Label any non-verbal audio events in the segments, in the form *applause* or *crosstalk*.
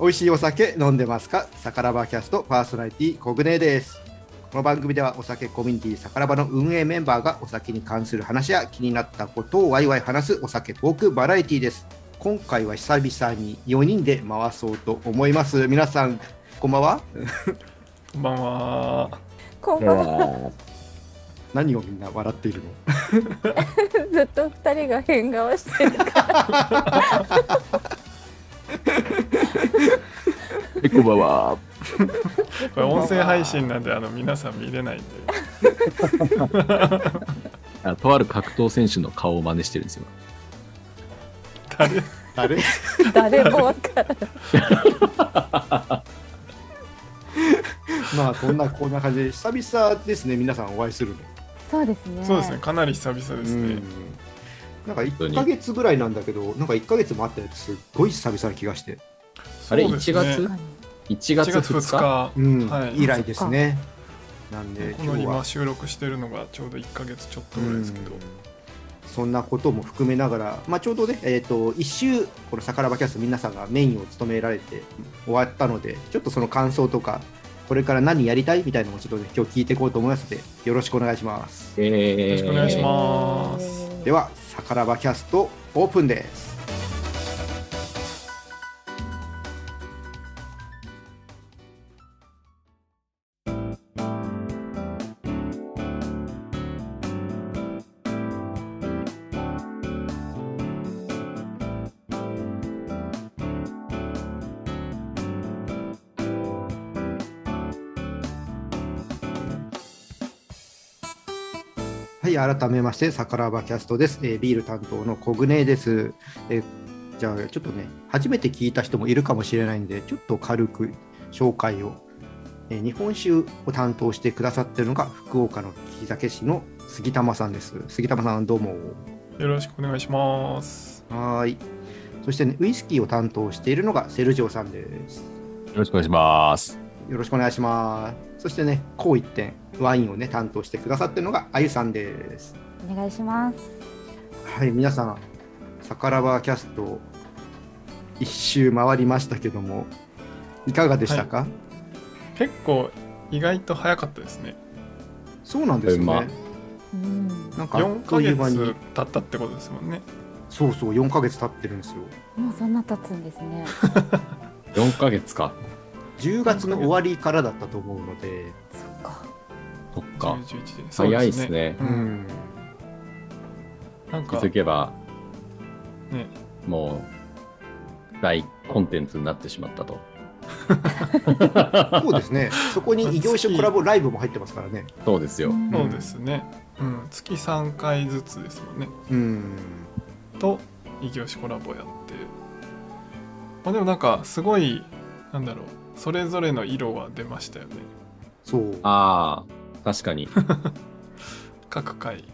美味しいお酒飲んでますかサカラバキャストパーソナリティコグネですこの番組ではお酒コミュニティサカラバの運営メンバーがお酒に関する話や気になったことをワイワイ話すお酒トークバラエティです今回は久々に4人で回そうと思います皆さんこんばんはこんばんは。こんばんは。は何をみんな笑っているのずっと二人が変顔してるから。い、こんばんは。これ音声配信なんであの皆さん見れないんで。あとある格闘選手の顔を真似してるんですよ。誰誰 *laughs* 誰もわからない。 *laughs* まあこんなこんな感じで久々ですね皆さんお会いするのそうですね。そうですね。。かなり久々ですうねん。なんか当1にヶ月ぐらいなんだけどなんか1ヶ月もあったやつすっごい久々な気がしてあれ、そうです1ね月 ?1 1月月2 2日日。うん、はい以来ですね。なんでこ今の日今は収録してるのがちょうど1ヶ月ちょっとぐらいですけどうん。そんなことも含めながら、まあ、ちょうどね、えー、と一周この「さからばキャスト」皆さんがメインを務められて終わったのでちょっとその感想とかこれから何やりたいみたいなのもちょっとね今日聞いていこうと思いますのでよろしくお願いしますえーよろしくお願いしますでは「さからばキャスト」オープンですはい、改めまして、サカラバキャストです。えービール担当のコグネです。えーじゃあ、ちょっとね、初めて聞いた人もいるかもしれないんで、ちょっと軽く紹介を。えー日本酒を担当してくださってるのが、福岡の木酒市の杉玉さんです。杉玉さん、どうも。よろしくお願いします。はーい。そしてね、ウイスキーを担当しているのが、セルジオさんです。よろしくお願いします。よろしくお願いします。そしてね、こう一点、ワインをね、担当してくださってるのが、あゆさんです。お願いします。はい、皆さん、サカラバーキャスト、一周回りましたけども、いかがでしたか、結構意外と早かったですね。そうなんですよまあね。うん。なんかあっ4とヶいう月間に、経ったってことですもんね。そうそう、4ヶ月経ってるんですよ。もうそんな経つんです *laughs* ね。 4ヶ月か。 10月の終わりからだったと思うので、そっか。そっか。 11時で。早いでそううですすねね。ん、うんなん気かづけば、ね、もう、大コンテンツになってしまったと。そうですね、そこに異業種コラボライブも入ってますからね。そうですよ。んそうですね。うん、月3回ずつですもんね。うん、と異業種コラボやってまあでもなんかすごいなんだろうそれぞれの色は出ましたよねそう。ああ、確かに。各回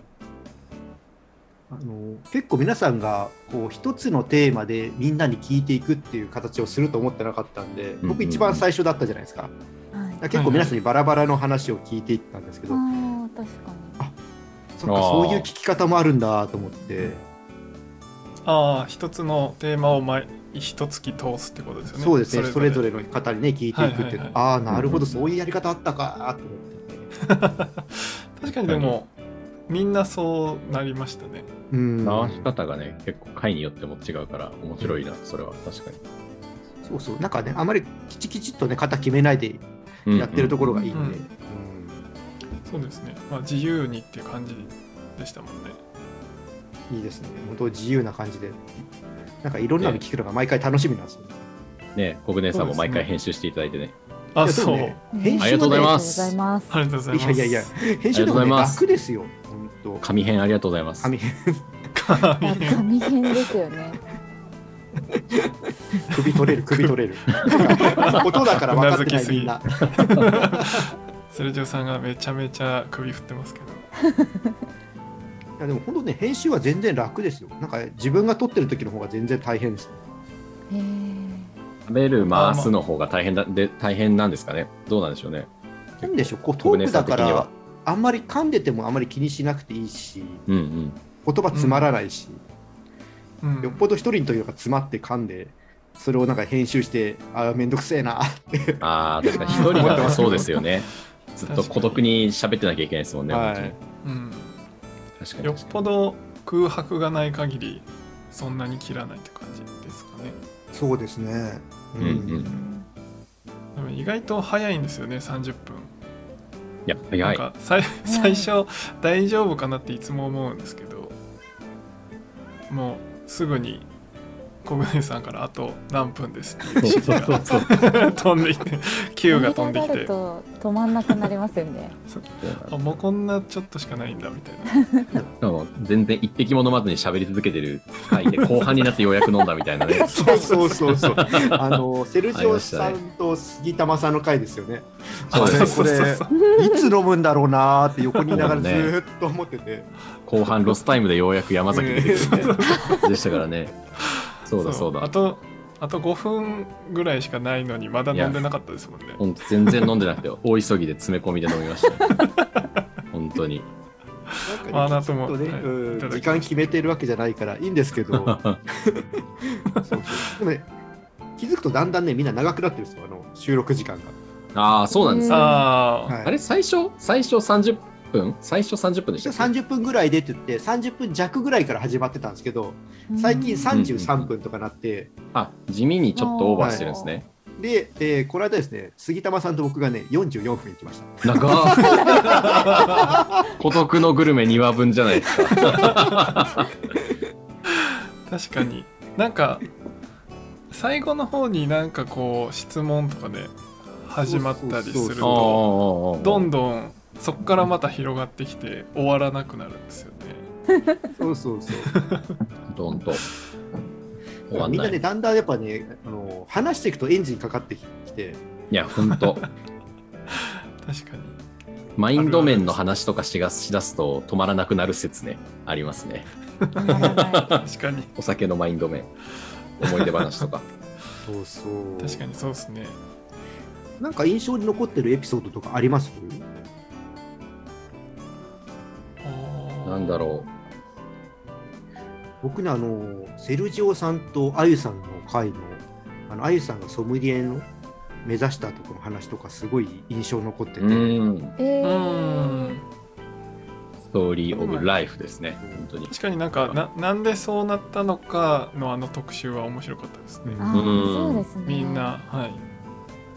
あの結構皆さんがこう一つのテーマでみんなに聞いていくっていう形をすると思ってなかったんでうんうんう僕ん一番最初だったじゃないですか,、はい。結構皆さんにバラバラの話を聞いていったんですけど、ああ、確かに。そっかあーそういう聞き方もあるんだと思って、ああ一つのテーマを毎一月通すってことですよねそうですねそれぞれの方にね聞いていくっていうの、はいはいはいああなるほどそういうやり方あったかと思って、確かにでもみんなそうなりましたねうん直し方がね、結構回によっても違うから、面白いな、それは確かそうそうなんかねあまりきちきちっとね型決めないでに。やってるところがいいんで、うんうんうんそうですねまあ自由にっていう感じでしたもんねいいですね本当自由な感じでなんかいろんなの聞くのが毎回楽しみなんですよ、うんね、コグネさんも毎そうです回ね編集していただいてね。あいやでもそう、ねうん編集はねありがとうございますありがとうございますありがとうございいますやいやいや、編集でも、ありがとうございね、ます楽ですよ。本当。紙編ありがとうございます。紙神あ紙編ですよね。首取れる、首取れ *laughs* る。音だから分かってないみんな。セルジオさんがめちゃめちゃ首振ってますけどいやでも本当ね、編集は全然楽ですよ。なんか自分が撮ってる時の方が全然大変です。へえ。食べる回すの方が大変だで大変なんですかねどうなんでしょうね。なんでしょう、こうト僕ーねクだかさん的にらは、あんまり噛んでてもあんまり気にしなくていいし、う *laughs* んうん。言葉つまらないし、うんよっぽど一人の時が詰まって噛んで、それをなんか編集してああめんどくせえなってああ、確かに一人だとそうですよ *laughs* ね。ずっと孤独に喋ってなきゃいけないですもんね、はい本うん、当に。確かによっぽど空白がない限りそんなに切らないって感じですかね、そうですねうんうんうんでも意外と早いんですよね30分いや、な早んい。かさい最初大丈夫かなっていつも思うんですけどもうすぐに小舟さんからあと何分ですっていう指示 *laughs* が飛んできて Q が飛んでき盛りて上がると止まんなくなりますよね。あもうこんなちょっとしかないんだみたいなでも全然一滴も飲まずに喋り続けてる回で、後半になってようやく飲んだみたい *laughs* なね。そうそうそうそう。あのセルジオさありんと杉玉さんの回ですよね。そうですこれいつ飲むんだろうなーって横にいながらずねーっと思ってて。後半ロスタイムでようやく山崎出てくるみたいな感 *laughs* じでしたからね。そうだそうだあ。とあと5分ぐらいしかないのにまだ飲んでなかったですもんね本当全然飲んでなくて、大急ぎで詰め込みで飲みました。本当に。 *laughs* なんかねまああなたもきっとね、はいうんいただきます時間決めてるわけじゃないからいいんです *laughs* けど。そうそうでもね気づくとだんだんねみんな長くなってるんですよあの収録時間が。ああ、そうなんですね。ああ、はいあれ、最初最初30分最初30分でしたっけ30分ぐらいでって言って30分弱ぐらいから始まってたんですけど最近33分とかなって、あ、地味にちょっとオーバーしてるんですね。で、えーこの間ですね杉玉さんと僕がね44分行きました。長っ孤独のグルメ2話分じゃないですか。確かになんか最後の方になんかこう質問とかで始まったりすそうそうるそうとどどんどんそこからまた広がってきて終わらなくなるんですよね。そうそうそう。どんと。終わんみんななね、い。だんだんやっぱね、あの話していくとエンジンかかってきて、いや、本当確かにマインド面の話とかしがしだすと止まらなくなる説ね。ありますね。止まらない確かにお酒のマインド面。思い出話とか。そうそう確かにそうですね。なんか印象に残ってるエピソードとかありますなんだろ僕ね、あの、セルジオさんとあゆさんの会の、あのあゆさんがソムリエの目指したとこの話とか、すごい印象残ってて、う。 *laughs* うん。えう。うーんストーリーオブライフですね。本当に。確かになんかななんでそうなったのかのあの特集は面白かったですね。あーうそんうですね。みんなはい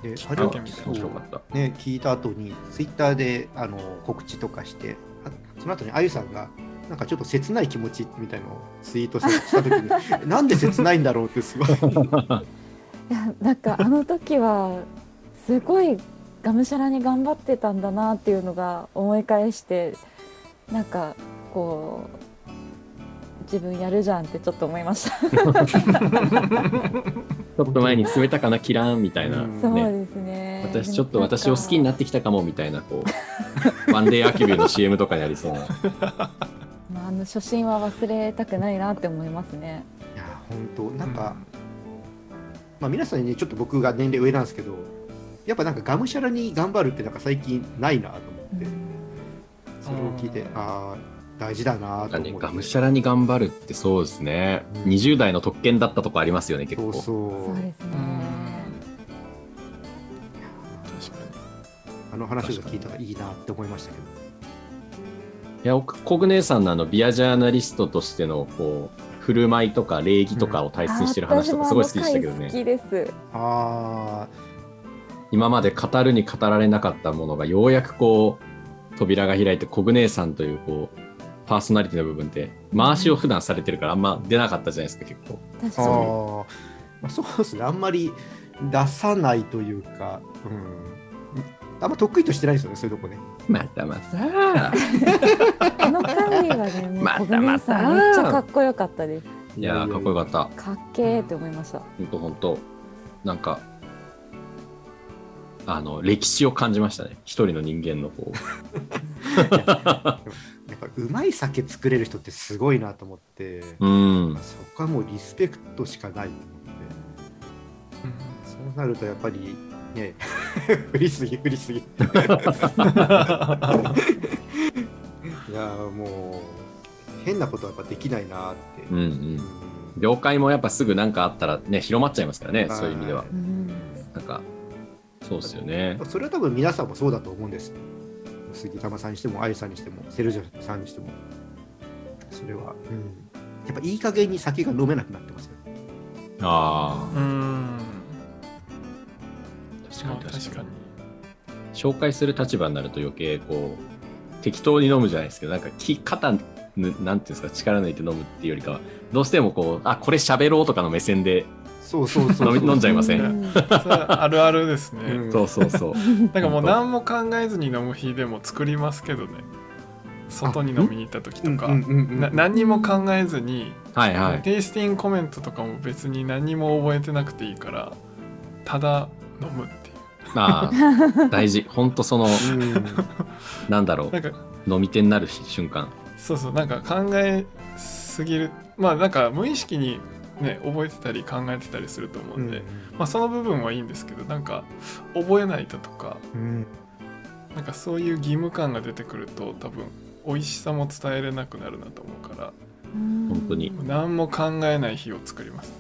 できっあかれけはみたいなそう面白かった。ね、聞いた後に、ツイッターであの告知とかして、あその後にあゆさんが、なんかちょっと切ない気持ちみたいのをツイートしたした時に、 *laughs* なんで切ないんだろうって、すごい。いやなんかあの時はすごいがむしゃらに頑張ってたんだなっていうのが思い返してなんかこう自分やるじゃんってちょっと思いました。ちょっと前に進めたかな、キラーンみたいな。うんそうね。ですね。私ちょっと私を好きになってきたかもみたいな、こう。 *laughs* ワンデーアキビューの CM とかにあ *laughs* りそうな。まああの初心は忘れたくないなって思いますね。いや本当なんか、まあ、皆さんにねちょっと僕が年齢上なんですけどやっぱなんかがむしゃらに頑張るってなんか最近ないなと思って、それを聞いてうんああ大事だなとな思っんで、てがむしゃらに頑張るってそうですね。うん20代の特権だったとこありますよね、結そ構。うそそううですねう。ん確かにあの話を聞いたらいいなって思いましたけどいや、僕コグネさんのあの、ビアジャーナリストとしての、こう、振る舞いとか礼儀とかを大切にしてる話とかすごい好きでしたけどあね私。もあの回好きです。あ今まで語るに語られなかったものがようやくこう扉が開いてコグネーさんというこうパーソナリティの部分で回しを普段されてるからあんま出なかったじゃないですか結構確ーあかに。ー、まあ、そうですねあんまり出さないというか、うん、あんま得意としてないですよねそういうとこ *laughs* ねまたまたあの回はね、もう *laughs* ま小たま舟たさんめっちゃかっこよかったです。いやーかっこよかったかっけーって思いました。ほんとほんとなんかあの歴史を感じましたね一人の人間のこやっぱうまい酒作れる人ってすごいなと思って、 *laughs* う *laughs* うんそこはもうリスペクトしかないと思ってそうなるとやっぱりね *laughs* 振りすぎ振りすぎいやーもう変なことはやっぱできないなーって、うんううんん業界もやっぱすぐ何かあったらね、広まっちゃいますからね、はいそういう意味では。うんなんか、そうですよね。それは多分皆さんもそうだと思うんです。杉玉さんにしても、あゆさんにしても、セルジョさんにしても。それは、うん、やっぱいい加減に酒が飲めなくなってますよ。あうーんあ、確かまあに確確かかにに。紹介する立場になると余計こう、適当に飲むじゃないですけど、なんかき肩、ぬなんていうんですか、力抜いて飲むっていうよりかは、どうしてもこう、あ、これ喋ろうとかの目線で、そうそうそう *laughs* 飲み飲んじゃいませんうんそれはあるあるですね、うんそうそうそう。なんかもう何も考えずに飲む日でも作りますけどね外に飲みに行った時とか、うんうんうんうんな何にも考えずに、はいはい。テイスティングコメントとかも別に何も覚えてなくていいからただ飲むっていああ、大事。ほんとその、 *laughs* うんなんだろうなんかう、飲み手になる瞬間。そうそうなんか考えすぎるまあなんか無意識にね覚えてたり考えてたりすると思ううんんで、まあその部分はいいんですけどなんか覚えないととかうんなんかそういう義務感が出てくると多分美味しさも伝えれなくなるなと思うから本当にもう何も考えない日を作ります、ね、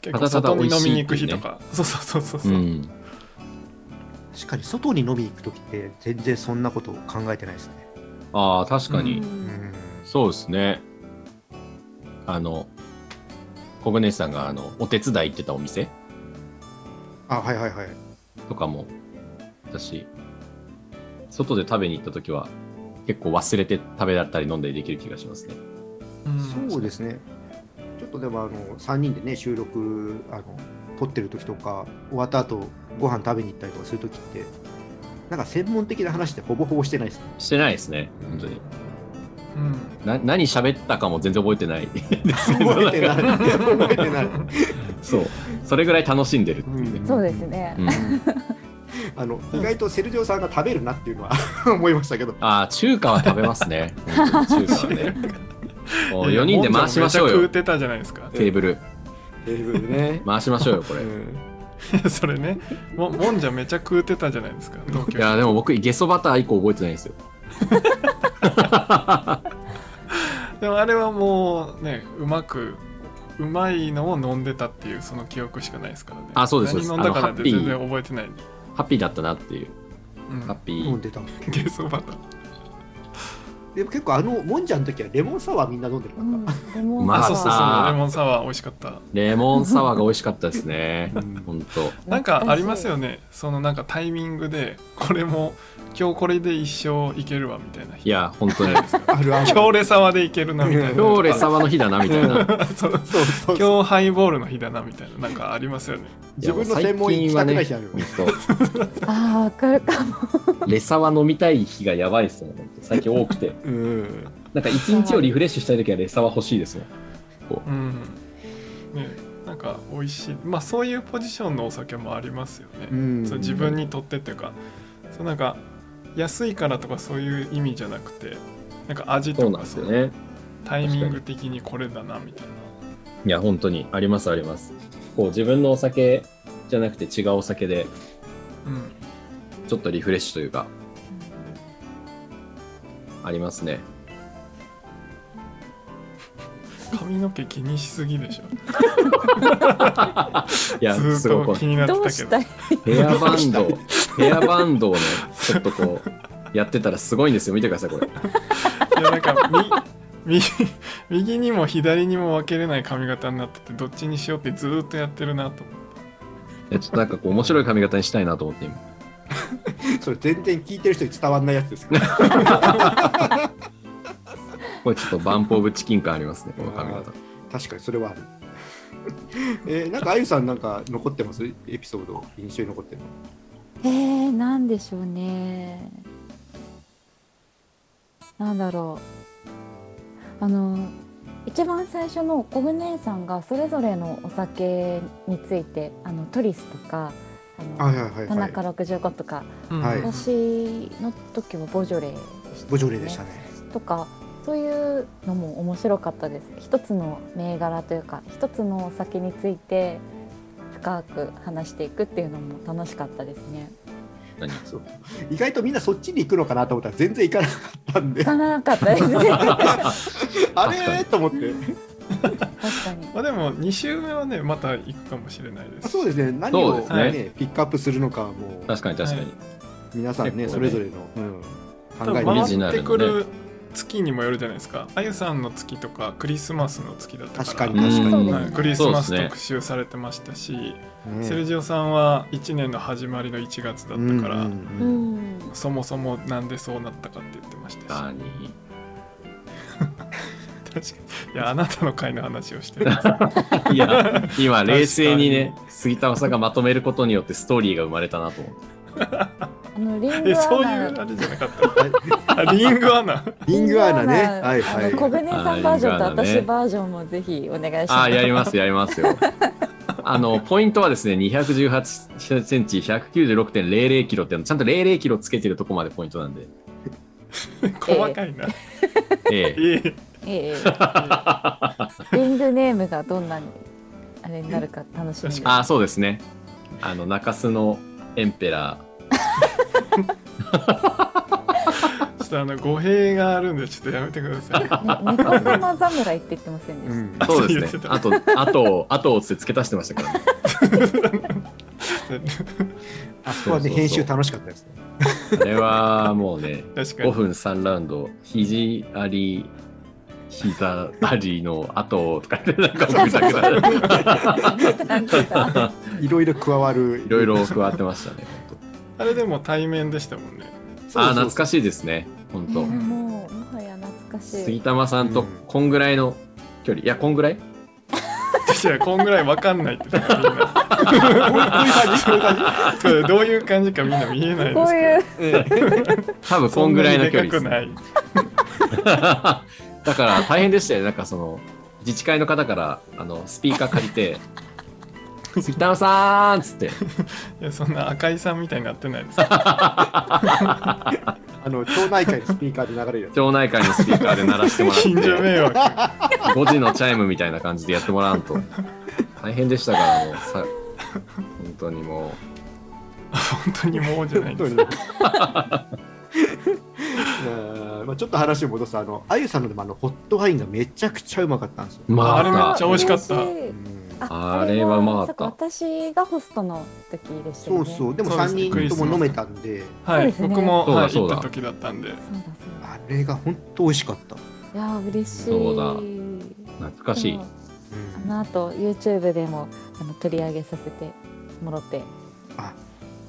結構ただただ外に美味飲しみいに行く日とか、そうそうそうそうう、ん。確かに外に飲みに行くときって全然そんなことを考えてないですね。ああ、確かに。ううんそうですね。あの、小舟さんがあのお手伝い行ってたお店あはいはいはい。とかも、私、外で食べに行った時は、結構忘れて食べだったり飲んだりできる気がしますね。うんそうですね。ちょっとでもあの3人でね収録あの撮ってる時とか終わった後ご飯食べに行ったりとかする時ってなんか専門的な話ってほぼほぼしてないですね。してないですね、本当に。うんな何喋ったかも全然覚えてない。覚えてない。覚えてない。 *laughs* そう。それぐらい楽しんでるっていうね。そうですねう。んあの意外とセルジオさんが食べるなっていうのは *laughs* 思いましたけど。ああ、中華は食べますね。本当に中華はね。もう4人で回しましょいやうもんじゃもめちゃ食うてよ。たじゃないですか *laughs* テーブル。テーブルでね。回しましょうよ、これ。いやそれねももんじゃめちゃ食うてたじゃないですか東京いやでも僕ゲソバター以降覚えてないんですよ。でもあれはもうねうまくうまいのを飲んでたっていうその記憶しかないですからねあそうですそうです何飲んだかなあんのハッてピー全然覚えてない、うハッピーだったなっていう。んハッピ飲んー。でたもん。ゲソバターでも結構あのもんじゃの時はレモンサワーみんな飲んでるうかんっレモンまああサそうそうワさそあうレモンサワー美味しかったレモンサワーが美味しかったですねう。ん本当。ーなんかありますよねそのなんかタイミングでこれも今日これで一生いけるわみたいな日いや本当に。た。あるある。今日レサワでいけるなみたいな今日レサワの日だなみたいな。 *laughs* そう *laughs* そうそうそう。今日ハイボールの日だなみたいななんかありますよね *laughs* 自分の専門医行きたくない日あるよ。いや最近はね本ああわかるかも当レサワ飲みたい日がやばいですね。本当最近多くて。うん。なんか一日をリフレッシュしたい時はレサワ欲しいですもん。うんねなんか美味しいまあそういうポジションのお酒もありますよね、うんそう自分にとってっていうかそうなんか安いからとかそういう意味じゃなくてなんか味そとうなんかですそよのね。タイミング的にこれだなみたいないや本当にありますあります。こう自分のお酒じゃなくて違うお酒でうんちょっとリフレッシュというかありますね。髪の毛気にしすぎでしょいやすずーごっいことう気になってどうたけしどたいヘアバ *laughs* ンド、ヘアバンドをね、ちょっとこう、やってたらすごいんですよ。見てください、これ。いやなんかみ *laughs* 右右にも左にも分けれない髪型になっててどっちにしようってずーっとやってるなと思っていやちょっとなんかこう、面白い髪型にしたいなと思って今。それ全然聞いてる人に伝わんないやつですけど。これちょっとバンプオブチキン感ありますね、この髪型。確かにそれはある。えー、なんかあゆさんなんか残ってますエピソード印象に残ってるの。えー、なんでしょうね。なんだろう。あの一番最初のコグ姉さんがそれぞれのお酒についてあのトリスとかあの、いはい田中65とか、うんはい私の時はボジョレーでした、ボジョレーでしたね。とかそういうのも面白かったです一つの銘柄というか一つのお酒について深く話していくっていうのも楽しかったですね。何そう意外とみんなそっちに行くのかなと思ったら全然行かなかったんで行かなかったです *laughs* ね。あ確かれにと思って確かに。まあでも2週目はねまた行くかもしれないであすそうですね何そうを、ですねねピックアップするのかもう確かに確かに。皆さんねそ結構ねれぞれの、うん、多考え分てオみリてジナ回っルてのねくる月にもよるじゃないですかあゆさんの月とかクリスマスの月だったから確かにうん確かに、はい、うんクリスマそうスですね特集されてましたし、ねセルジオさんは1年の始まりの1月だったから、うんううんうんん。そもそもなんでそうなったかって言ってましたし確かに。確か *laughs* にいやあなたの会の話を *laughs* してるいや、今、冷静にね、杉田さんがまとめることによってストーリーが生まれたなと思って。あのリンえグアそういナうあれじゃなかった *laughs* あリングアナリングアナねリングアナはいはいあの小舟さんバージョンとあリングアナね私バージョンもぜひお願いします。ああ、やります、やりますよ。 *laughs* あの、ポイントはですね、218センチ、196.00キロっていうの、ちゃんと00キロつけてるとこまでポイントなんで。細かいな、ええ。いいええリングネームがどんなにあれになるか楽しみです。ああ、そうですね。あの、中洲のエンペラちょっとあの語弊があるんでちょっとやめてください *laughs* ね猫玉侍って言ってませんでうしんー。そうですそうね。言あってと、あと、あとを付け足してましたからね。あそこはそうそねうそう編集楽しかったですねあれはもうね、確か5に分3ラウンド、肘あり、膝ありの後とかって、なんかぐちゃぐち *laughs* た。なんて言ったらゃいろいろ加わる *laughs* いろいろ加わってましたね、本あれでも対面でしたもんね当ああ、懐かしいですね、本当。ねもうもはや懐かし杉い。玉さんとこんぐらいの距離、いや、こんぐらいいやこんぐらいわかんないってだからみんなそうどういう感じかみんな見えないですけどこういう *laughs* 多分こそんんぐぐららいいのの距距離です離ですねね、 *laughs* だから大変でしたよ、なんかその自治会の方からあのスピーカー借 *laughs* りて、杉玉さーんっつって、いやそんな赤井さんみたいになってない *laughs* ですかあの町内会のスピーカーで流れるやつ町内会のスピーカーで鳴らし *laughs* てもらっ近所て、迷惑5時のチャイムみたいな感じでやってもらわんと、大変でしたから、もうさ、本当にも本当にもう *laughs* じゃない本当にです *laughs* かうんまあちょっと話を戻すとあのあゆさんのでもあのホットワインがめちゃくちゃうまかったんですよ、う、まあれめっちゃ美味しかったうんあれはうまかったそか私がホストの時でしたそようね。そうでもそうで3すね人とも飲めたんではい、そうですね僕も、そうだはい、そ行うっだた時だったんでそうだそうだ。あれが本当美味しかった、いやー嬉しい。そうだ懐かしいでも。あの後 YouTube でもあの取り上げさせてもろって。あ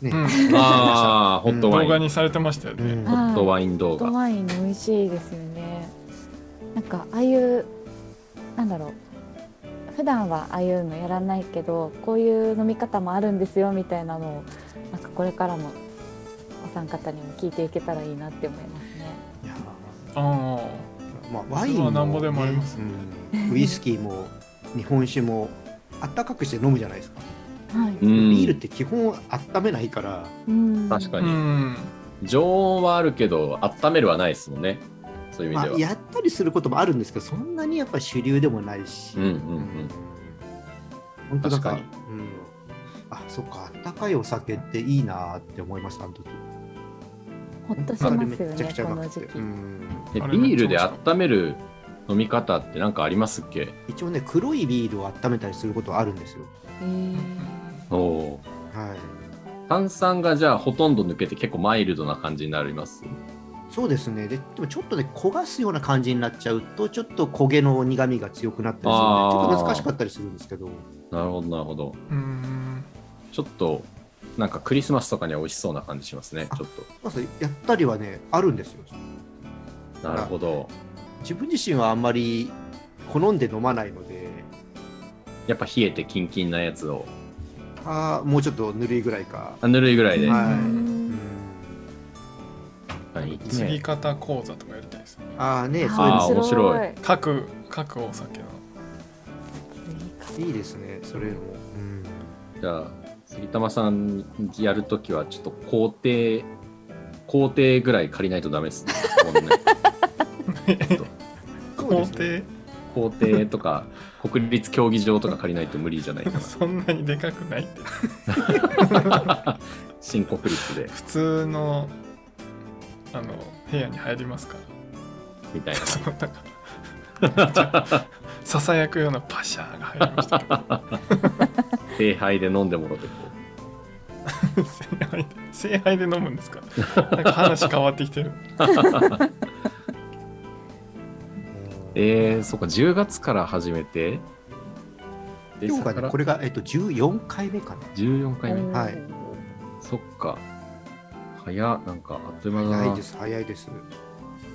ね、うんああ、ホットワイ動画ン、にされてましたようね、んホットワインホ動ット画。ワイン美味しいですよね。なんかああいうなんだろう。普段はああいうのやらないけどこういう飲み方もあるんですよみたいなのをなんかこれからもお三方にも聞いていけたらいいなって思いますね。いやあまあワインそれはなんぼでもありますねうんウイスキーも日本酒もあったかくして飲むじゃないですか、はい。うビールっん、て基本温めないからうん確かあにうん常温はあるけど、温めるはないですもんね、そういう意ま味あでは。やったりすることもあるんですけどそんなにやっぱ主流でもないし、うんうんうん本当だから確うん、あそっかあったかいお酒っていいなって思いましたあの時ほっとしますよめちゃくねちゃこうまのくて時期う。んえあれビールで温める飲み方って何かありますっけ一応ね黒いビールを温めたりすることはあるんですよえーおはい炭酸がじゃあほとんど抜けて結構マイルドな感じになりますそうですねででもちょっとね焦がすような感じになっちゃうとちょっと焦げの苦みが強くなったりするんでちあーょっと難しかったりするんですけどなるほどなるほどうんちょっとなんかクリスマスとかには美味しそうな感じしますねちょっまあ、それやったりはねあるんですよとなるほど自分自身はあんまり好んで飲まないのでやっぱ冷えてキンキンなやつをあーもうちょっとぬるいぐらいかあぬるいぐらいで、はいううんんはい継ぎね、方講座とかやりたいですねああねそういうあーの面白い。各各お酒のいいですねそれも、うん、じゃあ杉玉さんやるときはちょっと工程工程ぐらい借りないとダメですねもうねそう工です程ね校庭とか国立競技場とか借りないと無理じゃないかなそんなにでかくないって新国立で普通のあの部屋に入りますから *laughs* みたいなそのなんかささやくようなパシャーが入りました *laughs* けど礼拝で飲んでもらってこ聖杯で聖杯で飲むんですかなんか話変わってきてるうえー、そっか10月から始めてで今日がそっかね、らこれが、えっと、14回目かな。 14回目、うんはいそっか早っなんかあっという間だ早いなです、早いです。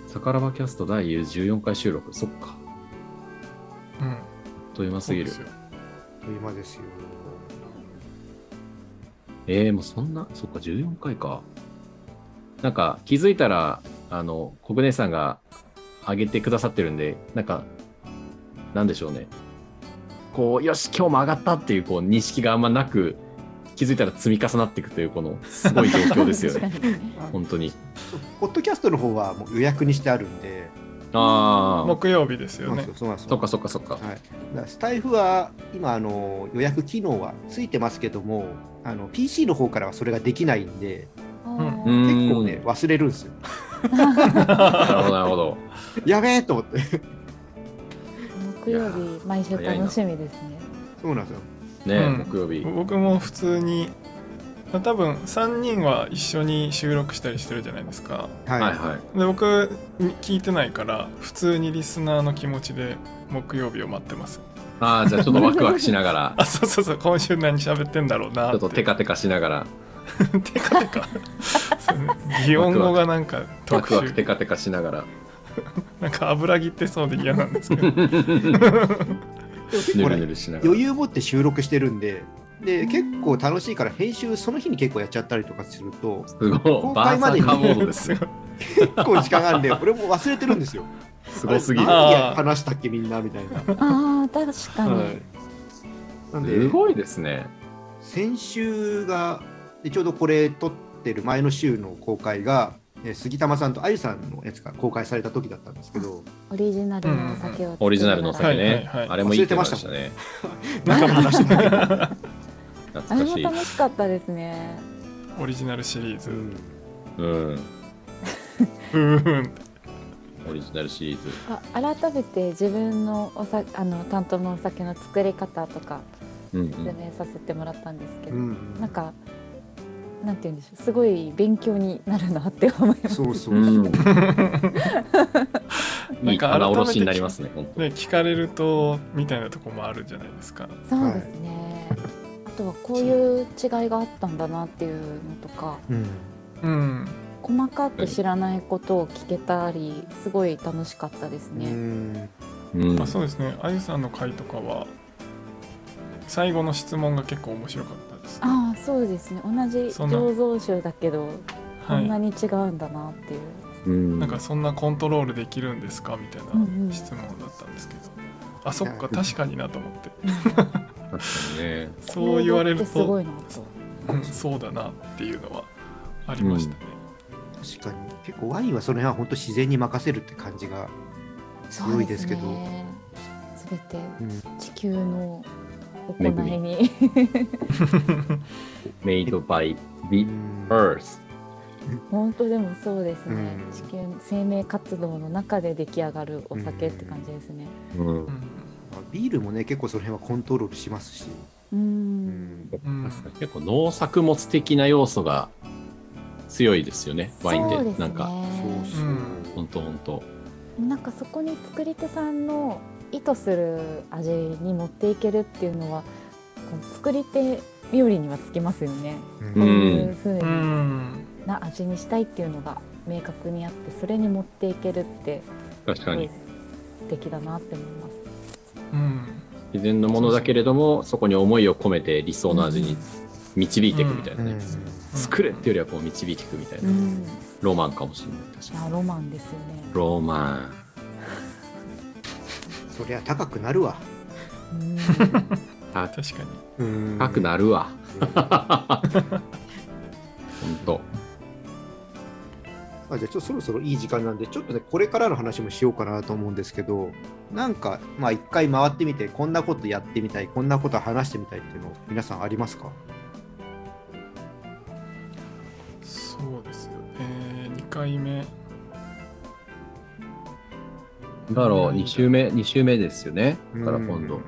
サカラバキャスト第14回収録そっかうんあっという間すそうぎでるすよ今ですよ。えー、もうそんな、そっか、14回か。なんか、気づいたら、あの、国根さんが上げてくださってるんで、なんか、なんでしょうね。こう、よし、今日も上がったっていう、こう、認識があんまなく、気づいたら積み重なっていくという、この、すごい状況ですよね。 *laughs* 確かに本当に。ポッドキャストの方はもう予約にしてあるんで、ああ、木曜日ですそうよなんでねすよ、そうなんですよそっかそっかそっ *laughs* か。はい、だからスタイフは今あの予約機能はついてますけどもあの PC の方からはそれができないんであうーん結構ね忘れるんですよなるほど、なるほど。やべえと思って *laughs* 木曜日毎週楽しみですね。そうなんですよね、うん木曜日。僕も普通にまあ多分3人は一緒に収録したりしてるじゃないですかはい、はいはい。で僕に聞いてないから普通にリスナーの気持ちで木曜日を待ってますああ、じゃあちょっとワクワクしな *laughs* がら、あそうそうそう今週何喋ってんだろうなちょっとテかカテカしながら、 *laughs* テカテカそうね擬音語がなんかワ特クワクテ殊カテカしながら。なんか油切ってそうで嫌なん *laughs* ですけどでも結ぬ構るねぬるしながら。余裕持って収録してるんでで結構楽しいから編集その日に結構やっちゃったりとかするとすごい。公開までにバーサーカーボードですね。結構時間があるん *laughs* で俺も忘れてるんですよすごすぎあるれ。何や話したっけみんなみたいな、ああ確かに。はい、なんですごいですね。先週がでちょうどこれ撮ってる前の週の公開が、えー杉玉さんとあゆさんのやつが公開された時だったんですけどオリジナルのお酒を作りながら。オリジナルのおは酒いね。はいあれもいいテーマでしたね。何の話したっけな、あ懐れかもしい。楽しかったですね。 *laughs* オリジナルシリーうズん、うん。うーんオリジナルシリーズ。あ改めて自分のおさあの担当のお酒の作り方とかうんう説ん。明させてもらったんですけうど、んなんかなんて言うんでしょうすごい勉強になるなって思います。そうそう、うん。いなんいか棚卸しになりますね、本ね聞かれるとみたいなとこもあるじゃないですかそうですね。あとはこういう違いがあったんだなっていうのとかうんうん細かく知らないことを聞けたりすごい楽しかったですうね。ん当。うんまあ、そうですねあゆさんの回とかは最後の質問が結構面白かったですね、ああそうですね同じそんな醸造酒だけどこは、んないに違うんだなっていう、うんなんかそんなコントロールできるんですかみたいうんうんな質問だったんですけど、あそっか確かになと思って確かにね。そう言われってるすごと、いなとうん、そうだなっていうのはありましたね、確かに結構ワインはその辺は本当自然に任せるって感じが強いですけどそうね全てうん地球の行いに *laughs* Made by う the ん Earth。本当でもそうですね、うん地球生命活動の中で出来上がるお酒って感じですねうん。ビールもね結構その辺はコントロールしますし、うんうんうんうん確かに結構農作物的な要素が強いですよね、ワインそうで。ですねなんか、そうそうう、ん本当本当。なんかそこに作り手さんの意図する味に持っていけるっていうのはこの作り手冥利にはつきますよね、うこうんいうふうにうんな味にしたいっていうのが明確にあってそれに持っていけるって確かに。素敵だなって思います。うん自然のものだけれどもそこに思いを込めて理想の味に導いていくみたいなね、うん作れっていうよりはこう導いていくみたいな、うん、いロマンかもしれない確かやにロマンですよね。ロマそりゃ高くなるわ、うん、ン確かうにん高くなるわうん本当あじゃあちょっとそろそろいい時間なんでちょっとねこれからの話もしようかなと思うんですけどなんかまあ一回回ってみてこんなことやってみたいこんなこと話してみたいっていうの皆さんありますかそうですよえー、2回目だろう、2週目、2週目ですよね。だから今う度ん。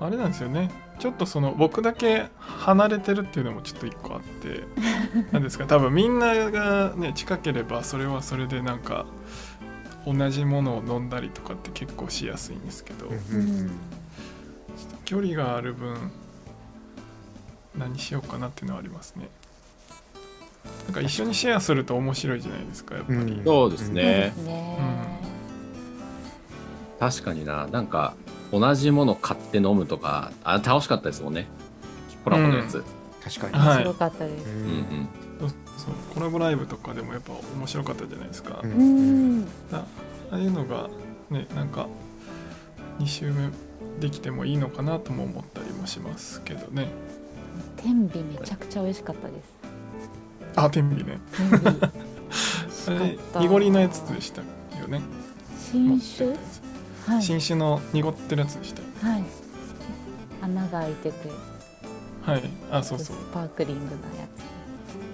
あれなんですよねちょっとその僕だけ離れてるっていうのもちょっと一個あって *laughs* なんですか多分みんながね近ければそれはそれでなんか同じものを飲んだりとかって結構しやすいんですけど、うん距離がある分何しようかなっていうのはありますねなんか一緒にシェアすると面白いじゃないですかやっぱり、うんそうですそうでねす。ね。確かにな、なんか、同じもの買って飲むとか、あ楽しかったですもんね。コラボのやつ。確かに。はいすごかったでうす。うんんそうそうコラボライブとかでもやっぱ面白かったじゃないですか、うんうん。なああいうのがねなんか2周目できてもいいのかなとも思ったりもしますけどね天秤めちゃくちゃ美味しかったです。あ天秤ね天 *laughs* 秤美あ味しれかった濁りのやつでしたよね新酒持ってたやつはい。新種の濁ってるやつでしたよはい。穴が開いてて、はいあそうそうスパークリングなやつ。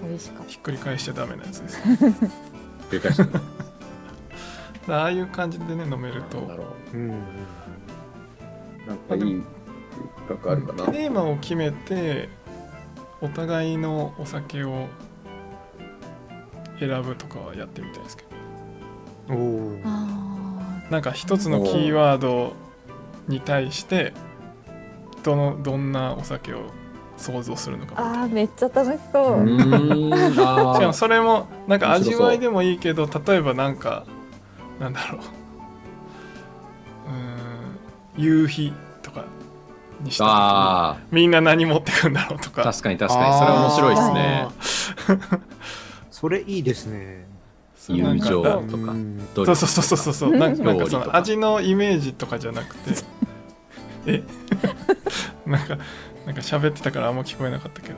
美味しかっひっくり返しちゃダメなやつ *laughs* ですね繰り返してた。ああいう感じでね飲めるとなるほどうんなんかいい企画あるかな。テーマを決めてお互いのお酒を選ぶとかはやってみたいですけどおおた。。あなんか一つのキーワードに対してどのどんなお酒を想像するのあ。かみたいあなあ、めっちゃ楽しそうう。ーん、 *laughs* しかもあそれもなんか面白味そうわいでもいいけど例えばなんかなんだろううーん夕日とかにしあ。たあ時にみんな何持ってくんだろうとあ。か確かに確かに。それは面白いですね。 *laughs* それいいですね。そうな友んか情だとかう。んどそうそうそうそうそうなんかなんかそ料理とのか味のイメージとかじゃなくてえ *laughs* なんかなんか喋ってたからあんま聞こえなかったけど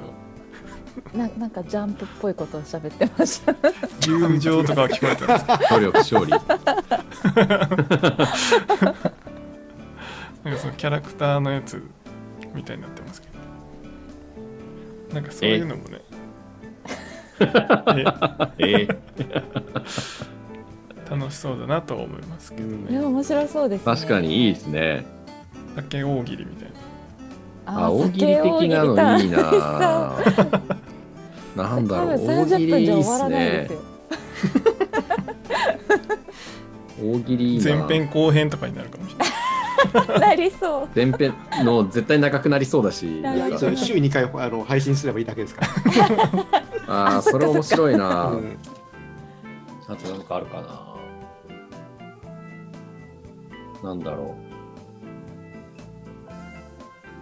ななんかジャンプっぽいことを喋ってました。友情とかは聞こえたんですけ努力勝利。ど *laughs* なんかそのキャラクターのやつみたいになってますけどなんかそういうのもね *laughs* えええ楽しそうだなとは思いますけどいやね面白そうですね。確かにいいですね。酒大喜利みたいなあ、大喜利的なのいいな。 *laughs* なんだろう、大三十喜利分いじゃいっ終わすらないでねす。よ。大喜利いいな。前編後編とかになるかもしれないなりそう。前編の絶対長くなりそうだし。いやなんかそれ週2回あの配信すればいいだけですから。ああ、それ面白いなう。んあとなんかあるかな。なんだ *laughs* ろ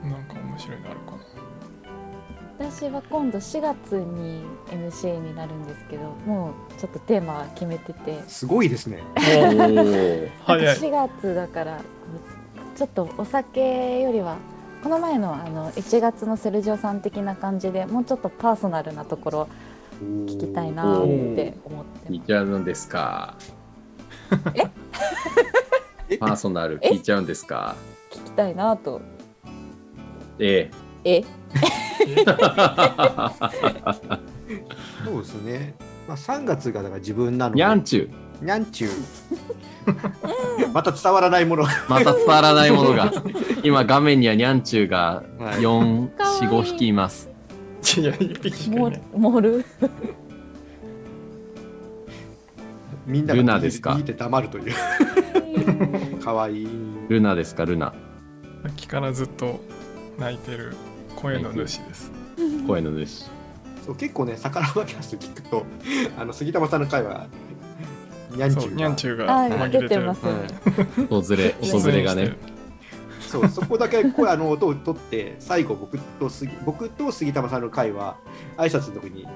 なんか面白いのあるかな *laughs* 私は今度4月に MC になるんですけど、もうちょっとテーマは決めてて、すごいですね。う。おー早い4月だからちょっとお酒よりはこの前のあの1月のセルジオさん的な感じでもうちょっとパーソナルなところ聞きたいなって思って聞います。ちゃうんですか。 *laughs* えパーソナル聞いちゃうんですか。聞きたいなと。ええ。え、そうですね。まあ3月がだから自分なので。にゃんちゅう。にゃんちゅう。 *laughs* また伝わらないも *laughs* の。また伝わらないものが。今画面にはにゃんちゅうがはい四かわいい四五匹います。いや一匹しかいモないモル。みんなルがナですか聞いて黙るという。可愛いルナですかルナ。さっきからずっと泣いてる声の主です声の主。そう結構ね、サカラバキャスト聞くと、あの杉玉さんの会は、にゃんちそゅううニャンが。チューあがー紛出れててまるすよね。訪れうん訪れが *laughs* ね。そうそこだけこうあの音を取って最後僕と杉僕と杉玉さんの会は挨拶の時に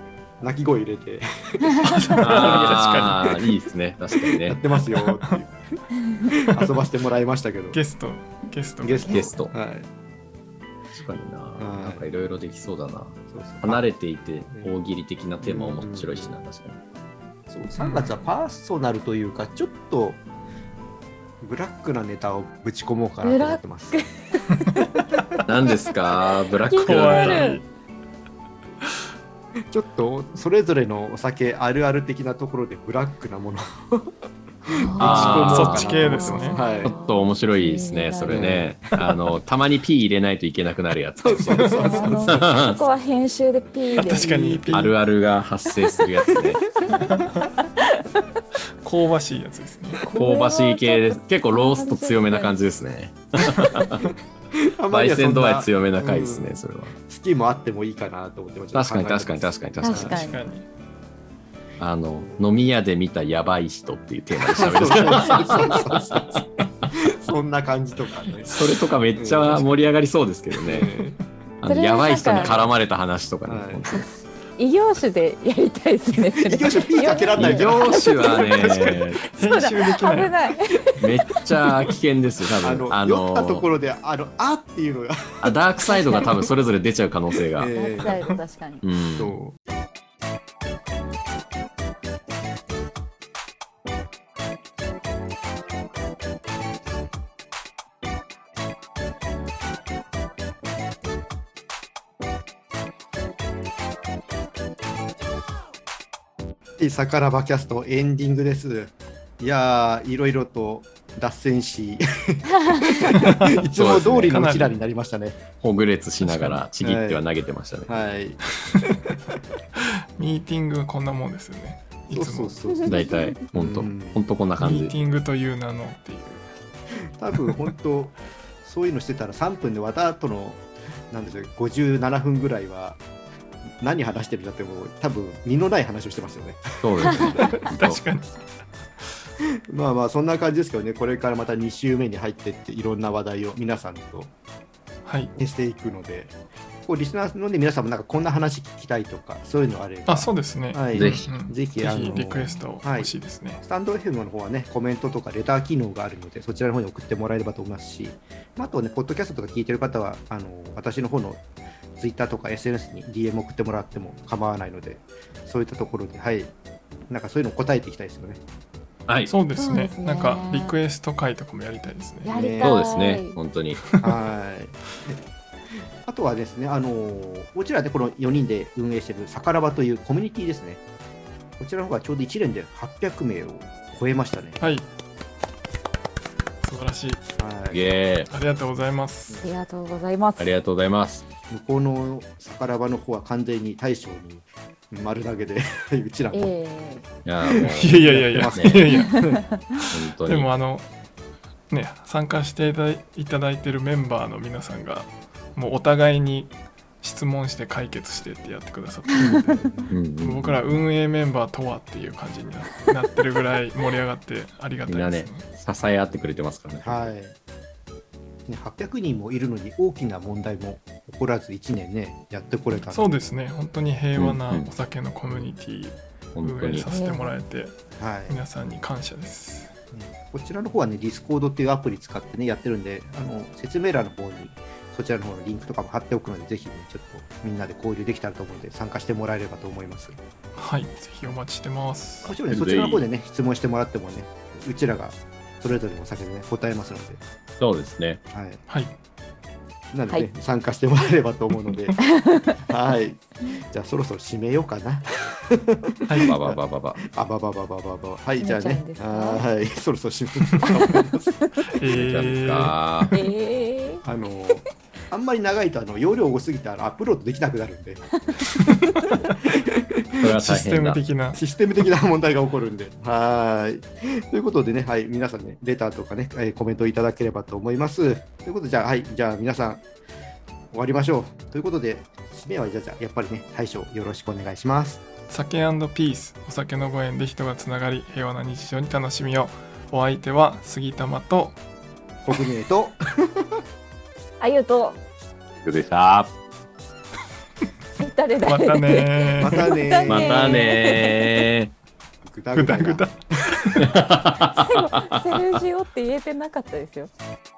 泣き声入れてあああいいですね確かにやっね。てますよっていう *laughs* 遊ばせてもらいましたけどゲストゲストゲストゲストはい確かにな。はいなんかいろいろできそうだな。そうそう離れていてうん大喜利的なテーマ面白いしな確かに。そう3月はパーソナルというかちょっとブラックなネタをぶち込もうかなと思ってます何ですかブラック気にななるんだ。怖いちょっとそれぞれのお酒あるある的なところでブラックなものあーそっち系ですねはいちょっと面白いですね、それね。あの、たまに P 入れないといけなくなるやつ。そうそうそうあのそこは編集でピーで確かにあるあるが発生するや *laughs* つね。香ばしいやつですね香ばしい系です。結構ロースト強めな感じですね。あまり焙はそん煎な度合い強めな回ですうね、んそれは。スキーもあってもいいかなと思ってます確かに確かに確かに確かに。確かに確かにあの、飲み屋で見たやばい人っていうテーマでそう喋そうる。そうそうそうそんな感じとかね。 *laughs* それとかめっちゃ盛り上がりそうですけどね。あそのれはやばいなんか人に絡まれた話とかね。はい本異業種でやりたいですね。それ異業種 P かけら当んないに異業種 *laughs* はね、そう編だ集でき危ないない。めっちゃ危険ですよ、あ多の分。あ酔ったとこの、ろであのあっていうのが、あダークサイドが多分それぞれ出ちゃう可能性が。 *laughs* えダークサイド確かに。うんーそうでさからばキャストエンディングです。いやーいろいろと脱線しいつも通りのキラになりましたね。ほぐれつしながらちぎっては投げてましたね。はい。ミーティングはこんなもんですよねいそうつそもうそうそう。大体、ほんとうん、ほんとこんな感ミーテじ。ィングという名のっていう多分本当 *laughs* そういうのしてたら3分でまた後のなんでしょう57分ぐらいは何話してるんだってもう多分身のない話をしてますよね。そうですね。確かに *laughs* まあまあそんな感じですけどねこれからまた2週目に入ってっていろんな話題を皆さんとはいしていくのでこうリスナーの、ね、皆さんもなんかこんな話聞きたいとかそういうのあればあそうですね、はい、ぜひうんぜひぜあひのリクエスト欲しいですね、スタンド FM の方はね、コメントとかレター機能があるので、そちらの方に送ってもらえればと思いますし、まああとね、ポッドキャストとか聞いてる方は、あの私の方の Twitter とか SNS に DM 送ってもらっても構わないので、そういったところで、はい、なんかそういうの答えていきたいですよね。はい。そそうですそうねですねなんかリクエスト回とかもやりたいですねやりたい。そうですね、本当に。はい。あとはですね、あのこちらでこの4人で運営しているさからばというコミュニティですね。こちらの方がちょうど1年で800名を超えましたね。はい素晴らしいはいイエーイありがとうございまあすりがとうございます。ありがとうございます。向こうの逆らばの方は完全に大将に丸投げで *laughs* うちらも、えいやーもういやいやいやいややってますいねやいや本当でにも。あのね参加していただいいただいてるメンバーの皆さんがもうお互いに質問して解決してってやってくださってるのでうんうん僕ら運営メンバーとはっていう感じにななってるぐらい盛り上がってありがたみんないでねすね、支え合ってくれてますからね。はいね、800人もいるのに大きな問題も起こらず1年ねやってこれたのそうですね本当に平和なうんうんお酒のコミュニティ本当運営にさ。せてもらえてはいね皆さんに感謝ですこちらの方はね Discord っていうアプリ使ってねやってるんであの説明欄の方にそちらの方のリンクとかも貼っておくのでぜひねちょっとみんなで交流できたらと思うので参加してもらえればと思いますはいぜひお待ちしてますもちろんねそちらの方でね質問してもらってもねうちらがそれぞれのお酒でね答えますのでそうですね。はい *laughs* はいなので、ねは参加してもらえればと思う *laughs* ので、はい。じゃあそろそろ締めようかな。ばばばばば。あばばばばばば。はい、じゃあ締ねめちゃうんで。すかあーはい、そろそろ締めようかなと思います。えじゃあー、かえ。ええあのー、あんまり長いとあの容量多すぎてあのアップロードできなくなるんで、それはシ大ステ変ムだ。的なシステム的な問題が起こるんで。はーい。ということでね、はい、皆さんね、レターとかね、えーコメントいただければと思います。ということで、じゃあ、はい、じゃあ皆さん、終わりましょう。ということで、締めはじゃあ、じゃあやっぱりね、大将よろしくお願いします。酒ピースお酒のご縁で人がつながり平和な日常に楽しみをお相手は杉玉と国名と、あゆとでした。誰ま誰た *laughs* ね *laughs* またねー。またねぐだぐだぐだだ。セルジオって言えてなかったですよ。ー。